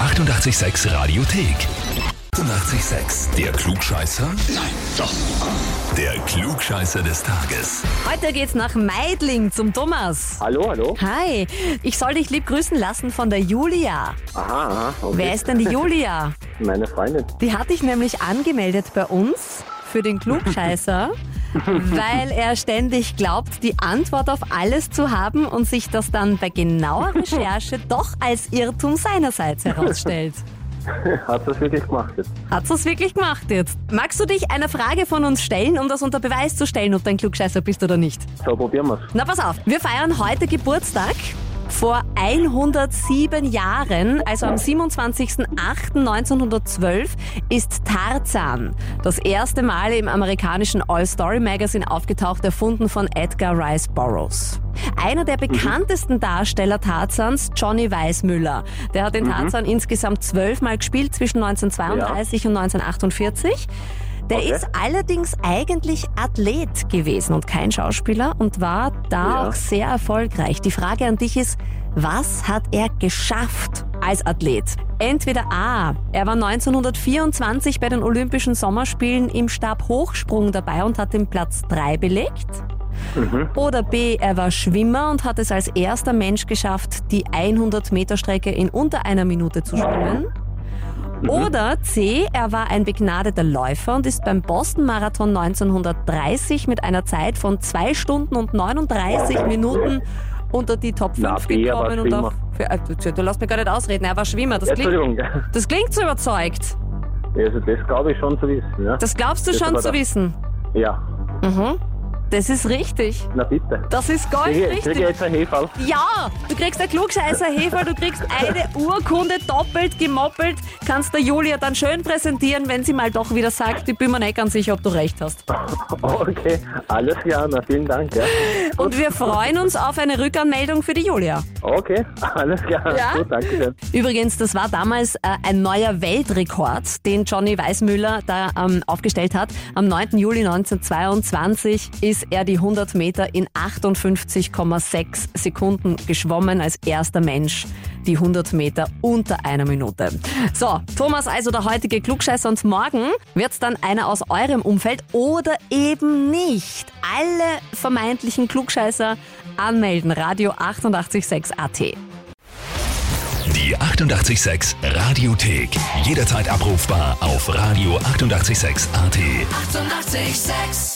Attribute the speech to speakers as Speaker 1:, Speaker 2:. Speaker 1: 886 Radiothek. 886, der Klugscheißer? Nein, doch. Der Klugscheißer des Tages.
Speaker 2: Heute geht's nach Meidling zum Thomas.
Speaker 3: Hallo, hallo.
Speaker 2: Hi, ich soll dich lieb grüßen lassen von der Julia.
Speaker 3: Aha, aha. Okay.
Speaker 2: Wer ist denn die Julia?
Speaker 3: Meine Freundin.
Speaker 2: Die hat dich nämlich angemeldet bei uns für den Klugscheißer, weil er ständig glaubt, die Antwort auf alles zu haben und sich das dann bei genauer Recherche doch als Irrtum seinerseits herausstellt.
Speaker 3: Hat das wirklich gemacht jetzt?
Speaker 2: Hat's das wirklich gemacht jetzt? Magst du dich einer Frage von uns stellen, um das unter Beweis zu stellen, ob du ein Klugscheißer bist oder nicht?
Speaker 3: So, probieren wir's.
Speaker 2: Na pass auf, wir feiern heute Geburtstag. Vor 107 Jahren, also am 27.08.1912, ist Tarzan das erste Mal im amerikanischen All-Story Magazine aufgetaucht, erfunden von Edgar Rice Burroughs. Einer der bekanntesten Darsteller Tarzans, Johnny Weissmüller. Der hat den Tarzan insgesamt zwölfmal gespielt zwischen 1932 und 1948. Der
Speaker 3: Okay.
Speaker 2: ist allerdings eigentlich Athlet gewesen und kein Schauspieler und war da
Speaker 3: Ja.
Speaker 2: auch sehr erfolgreich. Die Frage an dich ist, was hat er geschafft als Athlet? Entweder A, er war 1924 bei den Olympischen Sommerspielen im Stabhochsprung dabei und hat den Platz 3 belegt. Oder B, er war Schwimmer und hat es als erster Mensch geschafft, die 100 Meter Strecke in unter einer Minute zu schwimmen.
Speaker 3: Mhm.
Speaker 2: Oder C, er war ein begnadeter Läufer und ist beim Boston Marathon 1930 mit einer Zeit von 2 Stunden und 39 Minuten unter die Top 5
Speaker 3: Na, B, er war
Speaker 2: gekommen und auf. Äh, Du, du lass mich gar nicht ausreden, er war Schwimmer. Das klingt,
Speaker 3: Entschuldigung. Ja,
Speaker 2: das klingt so überzeugt.
Speaker 3: Also, das glaube ich schon zu wissen, ja?
Speaker 2: Das glaubst du
Speaker 3: Das
Speaker 2: schon
Speaker 3: aber
Speaker 2: zu
Speaker 3: da-
Speaker 2: wissen.
Speaker 3: Ja.
Speaker 2: Mhm. Das ist richtig.
Speaker 3: Na bitte.
Speaker 2: Das ist Gold
Speaker 3: Kriege, kriege ich
Speaker 2: richtig.
Speaker 3: jetzt ein Hefall?
Speaker 2: Ja, du kriegst ein klugscheißer Hefer, du kriegst eine Urkunde doppelt gemoppelt, kannst der Julia dann schön präsentieren, wenn sie mal doch wieder sagt, ich bin mir nicht ganz sicher, ob du recht hast.
Speaker 3: Okay, alles klar. Na, vielen Dank, ja.
Speaker 2: Und wir freuen uns auf eine Rückanmeldung für die Julia.
Speaker 3: Okay, alles klar.
Speaker 2: Ja?
Speaker 3: Gut, danke schön.
Speaker 2: Übrigens, das war damals äh, ein neuer Weltrekord, den Johnny Weissmüller da ähm, aufgestellt hat. Am 9. Juli 1922 ist er die 100 Meter in 58,6 Sekunden geschwommen als erster Mensch. Die 100 Meter unter einer Minute. So, Thomas, also der heutige Klugscheißer und morgen wird's dann einer aus eurem Umfeld oder eben nicht. Alle vermeintlichen Klugscheißer anmelden. Radio 886 AT.
Speaker 1: Die 886 Radiothek. Jederzeit abrufbar auf radio886.at. 886! 886.
Speaker 4: Eighty-eight, sex.